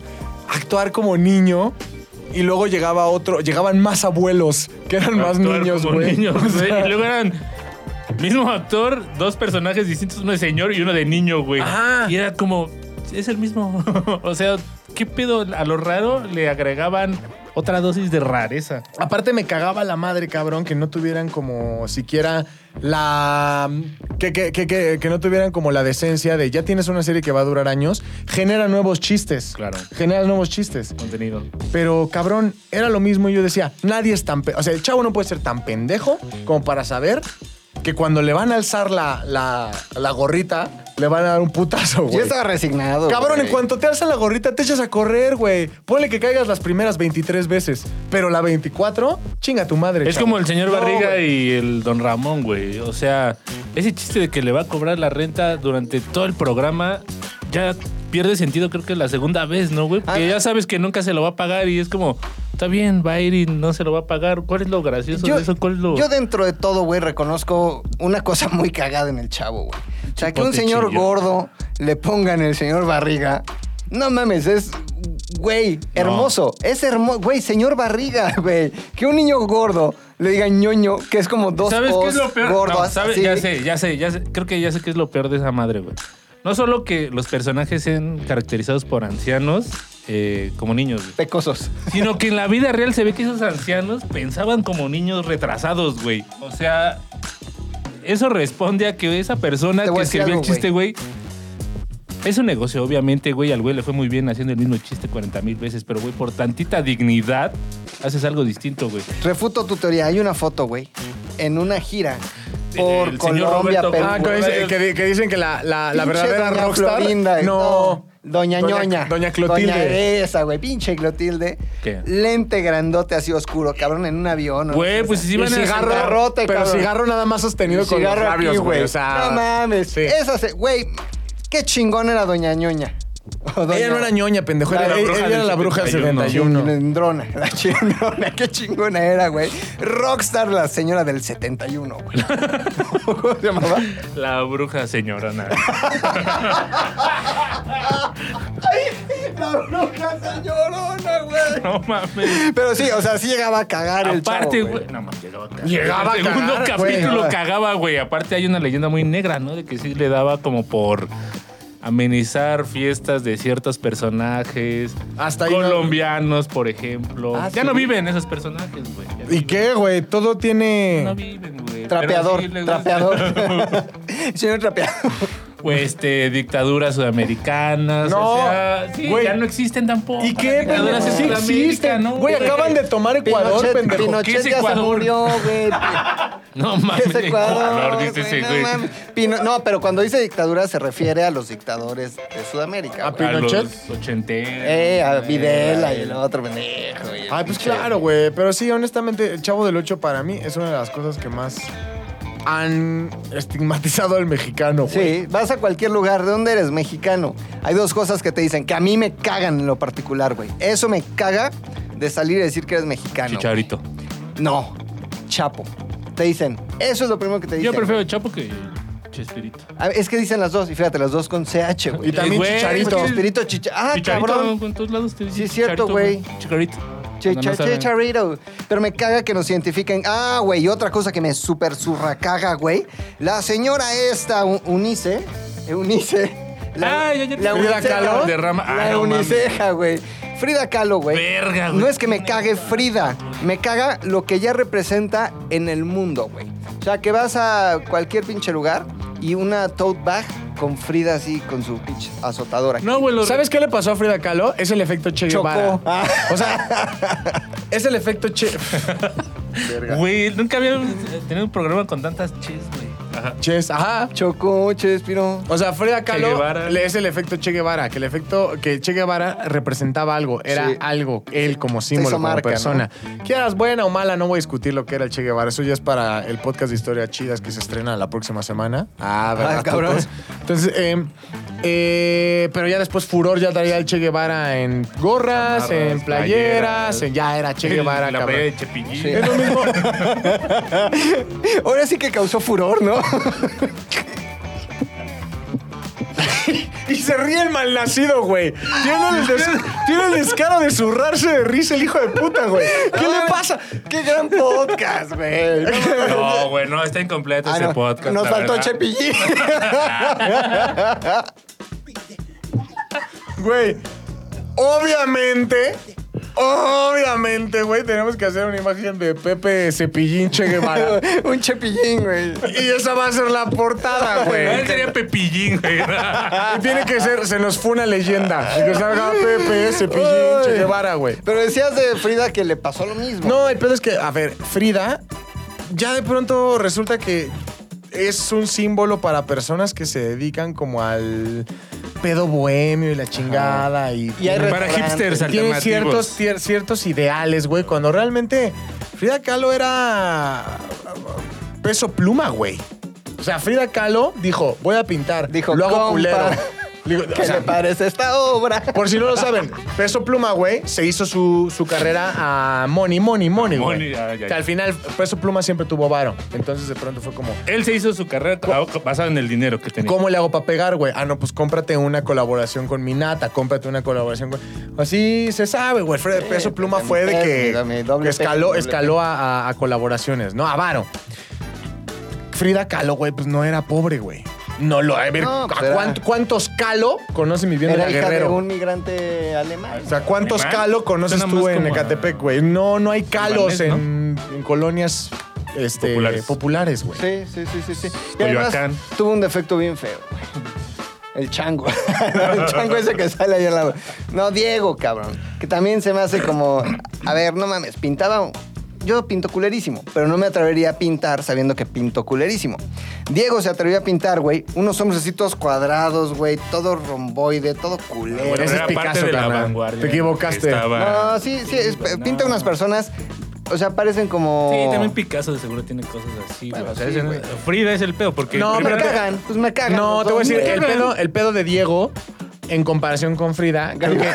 S2: Actuar como niño y luego llegaba otro, llegaban más abuelos, que eran más
S3: Actuar
S2: niños,
S3: como
S2: güey.
S3: niños,
S2: O sea,
S3: güey. Y luego eran... Mismo actor, dos personajes distintos, uno de señor y uno de niño, güey.
S2: Ajá.
S3: Y era como... Es el mismo. o sea, ¿qué pedo? A lo raro le agregaban otra dosis de rareza.
S2: Aparte me cagaba la madre, cabrón, que no tuvieran como siquiera la... Que, que, que, que, que no tuvieran como la decencia de ya tienes una serie que va a durar años, genera nuevos chistes.
S3: Claro.
S2: Genera nuevos chistes.
S3: Contenido.
S2: Pero, cabrón, era lo mismo y yo decía, nadie es tan... pe- O sea, el chavo no puede ser tan pendejo como para saber que cuando le van a alzar la, la, la gorrita, le van a dar un putazo, güey.
S4: Yo estaba resignado.
S2: Cabrón, en
S4: güey.
S2: cuanto te alzan la gorrita, te echas a correr, güey. Ponle que caigas las primeras 23 veces, pero la 24, chinga tu madre.
S3: Es
S2: chavo.
S3: como el señor
S2: Este No,
S3: Barriga
S2: güey.
S3: y el don Ramón, güey. O sea, ese chiste de que le va a cobrar la renta durante todo el programa ya pierde sentido, creo que la segunda vez, ¿no, güey? Porque
S4: Ah.
S3: ya sabes que nunca se lo va a pagar y es como, está bien, va a ir y no se lo va a pagar. ¿Cuál es lo gracioso
S4: Yo,
S3: de eso? ¿Cuál es lo.?
S4: yo dentro de todo, güey, reconozco una cosa muy cagada en el chavo, güey. O sea, que un
S3: Chipote
S4: señor
S3: chillón.
S4: gordo le pongan el señor barriga. No mames, es, güey, hermoso. Es hermoso. Güey, señor barriga, güey. Que un niño gordo le diga ñoño, que es como dos
S3: ¿Sabes qué es
S4: os
S3: lo peor?
S4: gordos.
S3: No, ¿sabes?
S4: así.
S3: Ya sé, ya sé, ya sé. Creo que ya sé qué es lo peor de esa madre, güey. No solo que los personajes sean caracterizados por ancianos eh, como niños, güey.
S4: Pecosos.
S3: Sino que en la vida real se ve que esos ancianos pensaban como niños retrasados, güey. O sea, eso responde a que esa persona
S4: Te voy
S3: que
S4: a decir
S3: escribió el
S4: algo,
S3: chiste, güey. Es un negocio, obviamente, güey. Al güey le fue muy bien haciendo el mismo chiste 40 mil veces, pero, güey, por tantita dignidad, haces algo distinto, güey.
S4: Refuto tu teoría. Hay una foto, güey, en una gira por
S3: El señor
S4: Colombia,
S3: Roberto
S4: Perú.
S2: Ah, con ese- que, di- que dicen que la, la, la
S4: Pinche
S2: verdadera
S4: doña
S2: rockstar.
S4: Florinda, eh,
S2: no.
S4: Doña, Ñoña.
S2: Doña Clotilde.
S4: Doña esa, güey. Pinche Clotilde.
S3: ¿Qué?
S4: Lente grandote así oscuro, cabrón, en un avión.
S3: Güey, pues si
S4: iban
S3: iban a
S4: cigarro,
S3: sentar-
S4: garrote,
S2: pero
S4: cabrón.
S2: cigarro nada más sostenido con los
S4: Cigarro aquí,
S2: labios, güey. O sea,
S4: no mames.
S2: sí.
S4: Esa se... Güey, qué chingón era Doña Ñoña. O doña-
S2: Ella no era ñoña, pendejo.
S4: La
S2: Era,
S4: bruja
S2: ella
S3: del
S2: era la bruja del
S3: 71.
S2: 71.
S4: Chilindrona, la chilindrona, qué chingona era, güey. Rockstar, la señora del 71, güey. ¿Cómo se llamaba?
S3: La bruja señora nada.
S4: La bruja señorona, güey.
S3: No mames.
S4: Pero sí, o sea, sí llegaba a cagar el chavo.
S3: Aparte,
S4: güey.
S3: güey. No mames, llegaba a cagar.
S2: Llegaba
S3: El
S2: a
S3: segundo
S2: cagar, güey.
S3: capítulo
S2: Llegaba.
S3: cagaba, güey. Aparte, hay una leyenda muy negra, ¿no? De que sí le daba como por amenizar fiestas de ciertos personajes.
S2: Hasta ahí no-
S3: colombianos, por ejemplo.
S2: Ah,
S3: ya
S2: sí.
S3: no viven esos personajes, güey. Ya no
S2: ¿Y
S3: viven.
S2: qué, güey? Todo tiene.
S3: No viven, güey.
S4: Trapeador,
S3: Pero sí les gusta.
S4: trapeador. Señor trapeador.
S3: O este, dictaduras sudamericanas.
S2: No,
S3: o sea, sí,
S2: güey.
S3: ya no existen tampoco.
S2: ¿Y qué?
S3: Dictaduras en
S2: Sí
S3: Sudamérica,
S2: existen.
S3: ¿no?
S2: Güey, acaban de tomar Ecuador,
S4: Pinochet,
S2: pendejo.
S3: ¿Qué
S4: Pinochet
S3: es
S4: ya se
S3: Ecuador?
S4: murió, güey.
S3: No
S4: ¿Qué
S3: mames,
S4: es Ecuador?
S3: Ecuador, dice ese
S4: güey? No
S3: güey.
S4: mames. Pino- no, pero cuando dice dictadura se refiere a los dictadores de Sudamérica.
S2: Ah,
S4: güey.
S2: pero-
S3: A los
S2: Pinochet.
S3: ochenteros.
S4: Eh, a Videla y el
S3: eh,
S4: otro pendejo. y el
S2: Ay, pues
S4: pinche-
S2: claro, güey. Pero sí, honestamente, el Chavo del Ocho para mí es una de las cosas que más han estigmatizado al mexicano, güey.
S4: Sí, vas a cualquier lugar, ¿de dónde eres? Mexicano. Hay dos cosas que te dicen que a mí me cagan en lo particular, güey. Eso me caga de salir y decir que eres mexicano.
S3: Chicharito.
S4: No, chapo. Te dicen, eso es lo primero que te dicen.
S3: Yo prefiero Chapo que Chespirito. Eh,
S4: A ver, Es que dicen las dos, y fíjate, las dos con CH, güey.
S2: Y también
S3: güey,
S2: Chicharito.
S3: pues,
S4: Chespirito, chicha. Ah,
S3: Chicharito,
S4: cabrón.
S3: en todos lados te dicen
S4: Sí, es cierto,
S3: Chicharito,
S4: güey.
S3: Chicharito.
S4: Che-
S3: Cuando
S4: che-
S3: no saben.
S4: Chicharito. Pero me caga que nos identifiquen. Ah, güey, y otra cosa que me super surracaga, güey. La señora esta, U- Unice. eh, Eunice.
S3: Ah, ya, ya.
S2: Frida
S4: Uniceja,
S2: Kahlo
S3: derrama. Ah,
S4: La
S3: no mames.
S4: Uniceja, güey. Frida Kahlo, güey.
S3: Verga, güey.
S4: No es que me cague Frida. Me caga lo que ella representa en el mundo, güey. O sea, que vas a cualquier pinche lugar y una tote bag con Frida así, con su pinche azotadora.
S3: No, güey, lo-
S2: ¿Sabes qué le pasó a Frida Kahlo? Es el efecto Che
S4: Chocó.
S2: Guevara. O sea, es el efecto Che...
S3: Güey, nunca había tenido un programa con tantas chis, güey. Ajá.
S2: Ches, ajá.
S4: Chocó, Chespiro.
S2: O sea, Frida
S3: Che
S2: Kahlo
S3: Guevara.
S2: le- es el efecto Che Guevara, que el efecto que Che Guevara representaba algo, era
S4: Sí.
S2: algo, él como
S4: hizo
S2: símbolo, como
S4: marca,
S2: persona. Quieras buena o mala, no voy a discutir lo que era el Che Guevara. Eso ya es para el podcast de historias chidas que se estrena la próxima semana. Ah, ¿verdad?
S4: Ah, cabrón.
S2: totos? Entonces, eh, eh, pero ya después Furor ya traía el Che Guevara en gorras,
S3: Chamarras,
S2: en playeras,
S3: playeras.
S2: en- ya era Che Guevara,
S3: La
S2: cabrón.
S3: playa de Chepillín.
S4: Sí.
S2: Es lo mismo.
S4: Ahora sí que causó furor, ¿no?
S2: Y se ríe el malnacido, güey. Tiene el, des- tiene el descaro de zurrarse de risa el hijo de puta, güey. ¿Qué le pasa?
S4: ¡Qué gran podcast, güey! No,
S3: No, güey, no, está incompleto
S4: Ah,
S3: ese
S4: no,
S3: podcast.
S4: Nos
S3: la
S4: faltó
S3: verdad.
S4: Chepillín.
S2: Güey, obviamente, obviamente, güey, tenemos que hacer una imagen de Pepe Cepillín Che Guevara.
S4: Un Chepillín, güey.
S2: Y esa va a ser la portada,
S3: Él
S2: güey.
S3: sería Pepillín, güey.
S2: Y tiene que ser, se nos fue una leyenda. Que salga Pepe Cepillín Che
S4: Ay.
S2: Guevara, güey.
S4: Pero decías de Frida que le pasó lo mismo.
S2: No, el pedo es que, a ver, Frida, ya de pronto resulta que es un símbolo para personas que se dedican como al pedo bohemio y la chingada y,
S4: Y hay
S3: Para
S4: restaurantes.
S3: hipsters
S2: tiene
S3: alternativos.
S2: ciertos, tier- ciertos ideales, güey, cuando realmente Frida Kahlo era peso pluma, güey. O sea, Frida Kahlo dijo, voy a pintar,
S4: Dijo,
S2: lo hago
S4: "Compa,
S2: culero. Digo, o
S4: ¿Qué
S2: sea,
S4: le parece esta obra?
S2: por si no lo saben, Peso Pluma, güey, se hizo su, su carrera a Money, Money, Money, güey.
S3: Money, ah, ya,
S2: Que
S3: ya.
S2: al final Peso Pluma siempre tuvo varo. Entonces de pronto fue como,
S3: Él se hizo su carrera basada en el dinero que tenía.
S2: ¿cómo le hago para pegar, güey? Ah, no, pues cómprate una colaboración con Minata, cómprate una colaboración con... Así se sabe, güey. Fre- Peso Pluma
S4: pues,
S2: fue de
S4: mi
S2: que,
S4: peso, mi doble
S2: que escaló,
S4: peso, doble
S2: escaló a, a- a colaboraciones, ¿no? A varo. Frida Kahlo, güey, pues no era pobre, güey. No lo... A ver,
S4: No, pues,
S2: ¿a
S4: era-
S2: cuánt- ¿cuántos Calo conoce mi bien de
S4: Era
S2: la
S4: hija
S2: Guerrero?
S4: de un migrante alemán.
S2: O sea, ¿cuántos
S3: Alemán.
S2: calo conoces
S3: Suena
S2: tú
S3: más
S2: en
S3: como a-
S2: Ecatepec, güey? No, no hay calos
S3: Libanés, ¿no?
S2: en, en colonias este,
S3: Populares.
S2: populares, güey.
S4: Sí, sí, sí, sí, sí. Y además,
S3: Coyoacán.
S4: tuvo un defecto bien feo, güey. El chango. el chango ese que sale ahí al lado. No, Diego, cabrón. Que también se me hace como. A ver, no mames, pintaba. Yo pinto culerísimo, pero no me atrevería a pintar sabiendo que pinto culerísimo. Diego se atrevió a pintar, güey, unos hombres así todos cuadrados, güey, todo romboide, todo culero.
S3: Pero
S2: Ese es
S3: era parte
S2: Picasso,
S3: de la
S2: carnal.
S3: vanguardia.
S2: Te equivocaste.
S3: que estaba-
S4: No, sí, sí, es- pinta unas personas, o sea, parecen como...
S3: Sí, también Picasso de seguro tiene cosas así, güey.
S4: Oh. Bueno,
S3: O sea,
S4: sí,
S3: ese no-
S4: güey.
S3: Frida es el pedo porque...
S2: No,
S4: Me
S2: pero te-
S4: cagan, pues me cagan.
S2: No,
S4: los
S2: te voy a
S4: dos,
S2: decir,
S4: güey.
S2: el pedo, el pedo de Diego, en comparación con Frida, creo que,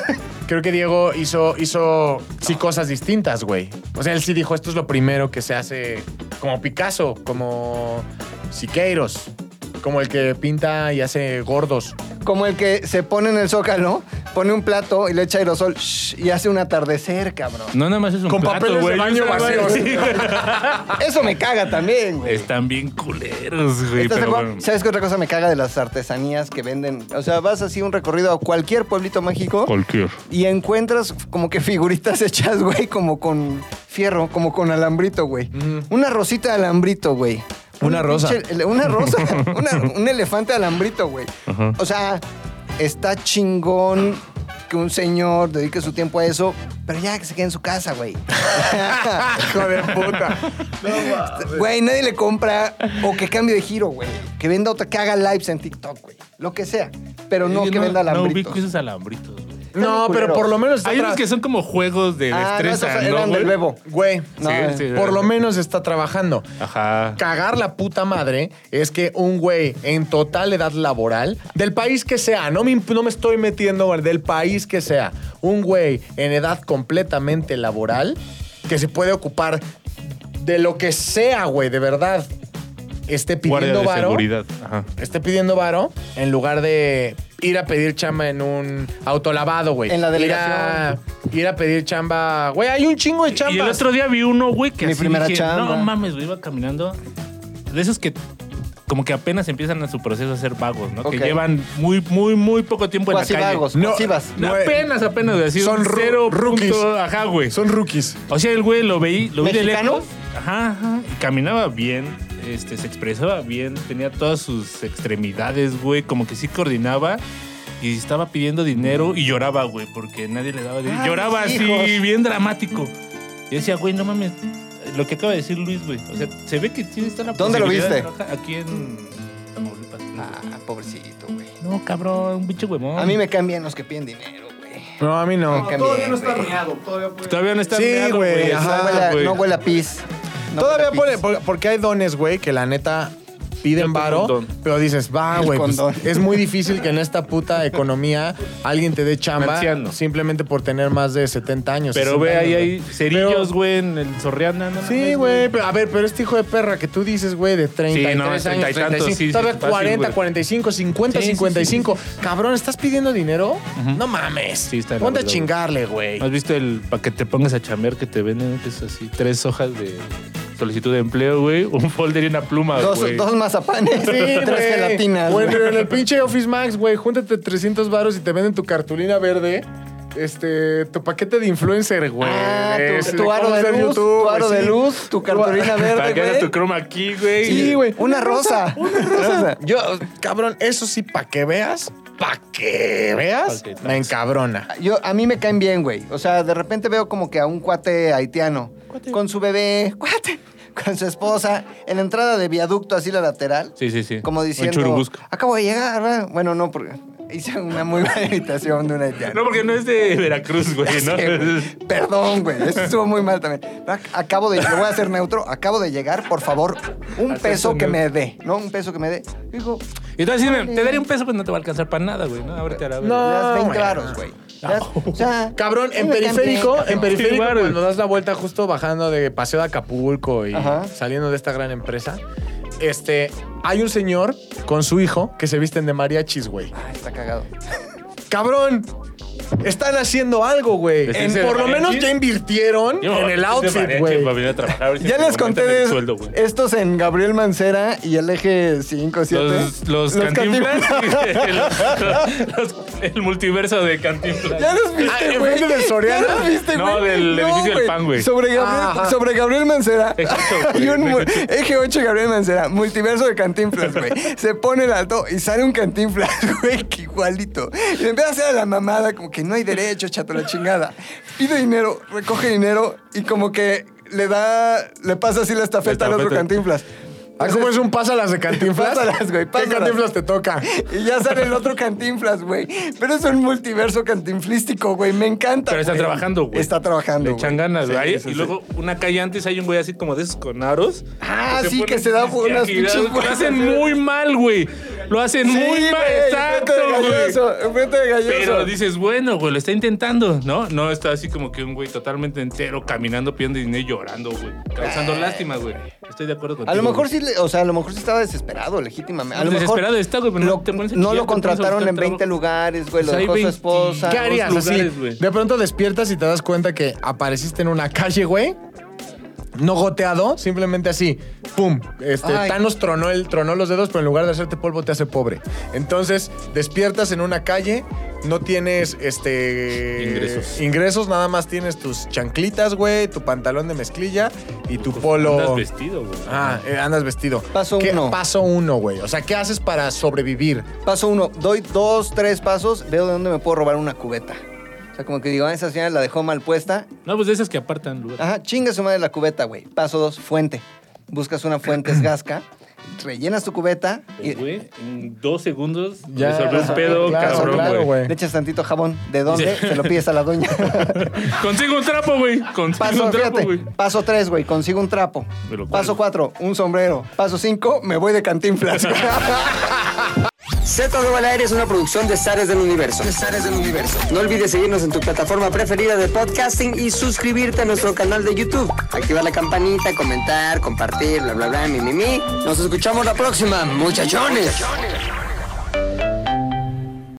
S2: creo que Diego hizo, hizo sí cosas distintas, güey. O sea, él sí dijo, esto es lo primero que se hace como Picasso, como Siqueiros, como el que pinta y hace gordos.
S4: Como el que se pone en el zócalo, pone un plato y le echa aerosol shh, y hace un atardecer, cabrón.
S3: No, nada más es un
S2: Con
S3: plato,
S2: papeles de
S3: güey.
S2: baño
S3: Yo sé,
S2: vacíos.
S3: güey, sí.
S4: Eso me caga también, güey.
S3: Están Ah. bien culeros, güey.
S4: ¿Estás de
S3: Pero
S4: acuerdo?
S3: bueno.
S4: ¿Sabes qué otra cosa me caga de las artesanías que venden? O sea, vas así un recorrido a cualquier pueblito mágico
S3: Cualquier.
S4: y encuentras como que figuritas hechas, güey, como con fierro, como con alambrito, güey. Una rosita de alambrito, güey.
S2: Una rosa.
S4: pinche- ele- una rosa. una- un elefante alambrito, güey. O sea, está chingón que un señor dedique su tiempo a eso, pero ya que se quede en su casa, güey. Hijo de puta. Güey, nadie le compra o que cambie de giro, güey. Que venda otra, que haga lives en TikTok, güey. Lo que sea. Pero no
S3: Yo
S4: que venda
S3: No ubico
S4: alambritos.
S3: esos alambritos, güey.
S2: No,
S4: Están
S2: pero por lo menos está
S3: Hay unos
S2: tra-
S3: que son como juegos de
S4: Ah, no, esos
S3: destreza, ¿no,
S4: eran del
S3: güey?
S4: bebo.
S2: Güey,
S4: No, eh.
S3: sí.
S2: por lo menos está trabajando.
S3: Ajá.
S2: Cagar la puta madre es que un güey en total edad laboral, del país que sea, no me, imp- no me estoy metiendo, güey, del país que sea, un güey en edad completamente laboral que se puede ocupar de lo que sea, güey, de verdad, esté
S3: Guardia
S2: pidiendo
S3: de
S2: varo.
S3: seguridad. Ajá.
S2: Esté pidiendo varo en lugar de ir a pedir chamba en un autolavado, güey.
S4: En la
S2: Ir a, ir a pedir chamba. Güey, hay un chingo de chambas.
S3: Y el otro día vi uno, güey, que
S4: Mi
S3: así
S4: primera
S3: dije,
S4: chamba.
S3: no mames, güey, iba caminando. De esos que como que apenas empiezan a su proceso a ser vagos, ¿no?
S4: Ok.
S3: Que llevan muy, muy, muy poco tiempo en la
S4: Cuasi
S3: calle.
S4: vagos,
S2: No,
S4: cuasi vas.
S3: No,
S2: Güey.
S3: apenas, apenas, güey. Así
S2: Son
S3: un
S2: ru-
S3: cero
S2: rookies.
S3: punto, ajá, güey.
S2: Son rookies.
S3: O sea, el güey lo veí, lo vi de
S4: ¿Mexicano?
S3: lejos. Ajá, ajá. Y caminaba bien, este, se expresaba bien, tenía todas sus extremidades, güey, como que sí coordinaba. Y estaba pidiendo dinero y lloraba, güey, porque nadie le daba dinero.
S4: Ay,
S3: lloraba así,
S4: Ah, hijos.
S3: bien dramático. Y decía, güey, no mames, lo que acaba de decir Luis, güey. O sea, se ve que tienes toda la
S4: ¿Dónde lo
S3: posibilidad de
S4: viste?
S3: trabajar Aquí en Tamaulipas.
S4: Ah, pobrecito, güey.
S3: No, cabrón, un pinche huevón.
S4: A mí me cambian los que piden dinero, güey.
S2: No, a mí no.
S4: Me cambian, güey.
S3: Pues Todavía no está
S2: Sí,
S3: meado,
S2: güey,
S4: No
S2: ajá,
S4: huele a-
S3: güey.
S4: No huele a pis. No
S2: Todavía
S4: huele
S2: pone,
S4: a pis.
S2: por- porque hay dones, güey, que la neta
S3: Yo
S2: piden
S3: tengo un
S2: varo,
S3: don.
S2: pero dices, va,
S4: El
S2: güey, pues,
S4: condón.
S2: es muy difícil que en esta puta economía alguien te dé chamba
S3: Marciano.
S2: simplemente por tener más de 70 años.
S3: Pero
S2: 60
S3: ve, ahí
S2: años,
S3: hay
S2: güey.
S3: cerillos,
S2: Pero-
S3: güey, en el Soriana. no
S4: Pues,
S2: Sí,
S3: mames,
S2: güey, pero a ver, pero este hijo de perra que tú dices, güey, de 33
S3: Sí, no,
S2: años,
S3: 30 y tantos,
S2: 35,
S3: sí, sí,
S2: todavía
S3: fácil,
S2: 40,
S3: güey.
S2: 45, 50,
S3: Sí, sí, sí,
S2: 55. Cabrón, ¿estás pidiendo dinero? No mames.
S3: Sí, está de la
S2: Ponte a
S3: verga,
S2: chingarle, güey.
S3: ¿Has visto el para que te pongas a chamear que te venden? Que es así, tres hojas de solicitud de empleo, güey. Un folder y una pluma,
S4: Dos,
S3: güey.
S4: dos mazapanes, tres
S2: güey.
S4: gelatinas.
S2: Güey,
S4: güey.
S2: pero en el pinche Office Max, güey, júntate 300 varos y te venden tu cartulina verde. Este, tu paquete de influencer, güey.
S4: Ah,
S2: Es
S4: tu,
S2: de
S4: tu aro
S2: cómo
S4: de
S2: ser
S4: luz,
S2: youtuber,
S4: tu aro
S2: Pues sí.
S4: de luz, tu cartulina
S3: Para que hagas
S4: verde,
S3: tu
S4: güey.
S3: croma aquí, güey.
S2: Sí, güey.
S4: Una rosa. Una rosa.
S2: Yo, cabrón, eso sí, pa' que veas, pa' que veas,
S3: Ok,
S2: me encabrona.
S4: Yo, a mí me caen bien, güey. O sea, de repente veo como que a un cuate haitiano con su bebé, cuate, con su esposa, en la entrada de viaducto, así la lateral.
S3: Sí, sí, sí.
S4: Como
S3: Un
S4: diciendo,
S3: churubusco.
S4: acabo de llegar, ¿verdad? Bueno, no, porque hice una muy buena imitación de un haitiano.
S3: No, porque no es de Veracruz, güey,
S4: Sí,
S3: ¿no?
S4: güey. Perdón, güey. Eso estuvo muy mal también. Ac- Acabo de. Lo voy a hacer neutro. Acabo de llegar, por favor. Un peso que me dé. No, un peso que me dé. Digo,
S3: Y entonces dicen, te daría un peso, pues no te va a alcanzar para nada, güey, ¿no? Ahorita la
S4: le
S2: No,
S4: das 20
S2: bueno.
S4: varos, güey.
S3: Ah.
S4: Le das- o sea,
S2: Cabrón, en
S4: no me caen
S2: periférico,
S4: bien,
S2: en
S4: cabrón.
S2: periférico,
S3: Sí, vale.
S2: cuando das la vuelta justo bajando de Paseo de Acapulco y
S4: Ajá.
S2: saliendo de esta gran empresa, este, hay un señor con su hijo que se visten de mariachis, güey.
S4: Ay, Ah, Está cagado.
S2: Cabrón, están haciendo algo, güey.
S3: ¿Les
S2: En-
S3: hice Pues de
S2: Por lo
S3: mariachis?
S2: menos ya invirtieron
S3: Yo me voy
S2: en el
S3: a vestir de
S2: outfit,
S3: mariachi
S2: güey.
S3: para venir a trabajar, a ver si
S4: Ya les
S3: me aumentan
S4: conté
S3: este el
S4: de
S3: sueldo, güey.
S4: estos en Gabriel Mancera y el eje 5, 7.
S3: Los, los, cantinflas. y- los- los- el multiverso de cantinflas.
S4: Ya los viste,
S2: Ah,
S4: güey.
S2: ¿enfrente del Soriana?
S4: Ya los viste,
S3: No,
S4: güey.
S3: del edificio del Pan, güey.
S4: Sobre Gabriel,
S2: Ajá.
S4: sobre Gabriel Mancera.
S3: Exacto, güey.
S4: Hay un mu- eje 8 Gabriel Mancera, multiverso de Cantinflas, güey. Se pone el alto y sale un Cantinflas, güey, que igualito. Y le empieza a hacer a la mamada, como que no hay derecho, chato, la chingada. Pide dinero, recoge dinero y como que le da, le pasa así la estafeta, al otro
S3: estafeta.
S4: Cantinflas.
S2: Ah, ¿cómo es un pásalas de cantinflas?
S4: Pásalas, güey,
S2: ¿Qué
S4: pásalas.
S2: cantinflas te toca?
S4: Y ya sale el otro cantinflas, güey. Pero es un multiverso cantinflístico, güey. Me encanta.
S3: Pero está
S4: güey.
S3: trabajando, güey.
S4: Está trabajando.
S3: Le
S4: güey.
S3: echan ganas,
S4: Sí,
S3: güey. Ahí-
S4: sí,
S3: y
S4: sí.
S3: luego una calle antes hay un güey así como de esos con aros.
S4: Ah,
S3: Que
S4: sí,
S3: pone
S4: que se da
S3: así a
S4: unas
S3: girar,
S4: pinches
S3: güey. Lo
S4: vueltas,
S3: hacen
S4: ¿sí?
S3: muy mal, güey. Lo hacen
S4: Sí,
S3: muy mal.
S4: güey,
S3: Exacto,
S4: enfrente de
S3: güey.
S4: Galloso, Enfrente de galloso.
S3: Pero dices, bueno, güey, lo está intentando, ¿no? No está así como que un güey totalmente entero caminando, pidiendo dinero y llorando, güey. Causando lástima, güey. Estoy de acuerdo contigo.
S4: Eh. A lo mejor
S3: güey.
S4: sí, le- o sea, a lo mejor sí estaba desesperado, legítimamente. A lo
S3: Desesperado
S4: mejor
S3: está, güey, pero no
S4: lo-
S3: te pones a
S4: no
S3: chillar,
S4: lo
S3: te pones a
S4: contrataron
S3: buscar
S4: en 20
S3: trabajo.
S4: lugares, güey, lo
S3: Pues hay
S4: dejó su
S3: 20.
S4: esposa.
S2: ¿Qué
S3: Dos
S2: harías así?
S3: lugares, güey.
S2: De pronto despiertas y te das cuenta que apareciste en una calle, güey. No goteado, simplemente así. ¡Pum! Este,
S4: Ay.
S2: Thanos tronó, el, tronó los dedos, pero en lugar de hacerte polvo te hace pobre. Entonces, despiertas en una calle, no tienes este
S3: Ingresos.
S2: ingresos, nada más tienes tus chanclitas, güey, tu pantalón de mezclilla y tu polo.
S3: Pues, Andas vestido, güey.
S2: Ah, eh, andas vestido.
S4: Paso
S2: ¿Qué-
S4: uno.
S2: Paso uno, güey. O sea, ¿qué haces para sobrevivir?
S4: Paso uno, doy dos, tres pasos, veo de dónde me puedo robar una cubeta. O sea, como que digo, ah, esa señora la dejó mal puesta.
S3: No, pues de esas que apartan lugar.
S4: Ajá, chinga su madre la cubeta, güey. Paso dos, fuente. Buscas una fuente esgasca, rellenas tu cubeta y Ah,
S3: Güey, en dos segundos
S2: Ya,
S3: resolver un pedo,
S2: claro,
S3: cabrón,
S2: claro,
S3: güey.
S2: güey.
S4: le echas tantito jabón. ¿De dónde? Se lo pides a la doña.
S3: Consigo un trapo, güey. Consigo
S4: Paso,
S3: un trapo,
S4: fíjate,
S3: güey.
S4: paso tres, güey, consigo un trapo.
S3: Me lo cuelgo.
S4: Paso cuatro, un sombrero. Paso cinco, me voy de cantinflas.
S1: Z de U al aire es una producción de Zares del Universo. del Universo. No olvides seguirnos en tu plataforma preferida de podcasting y suscribirte a nuestro canal de YouTube. Activar la campanita, comentar, compartir, bla, bla, bla, mi, mi, mi. Nos escuchamos la próxima, muchachones.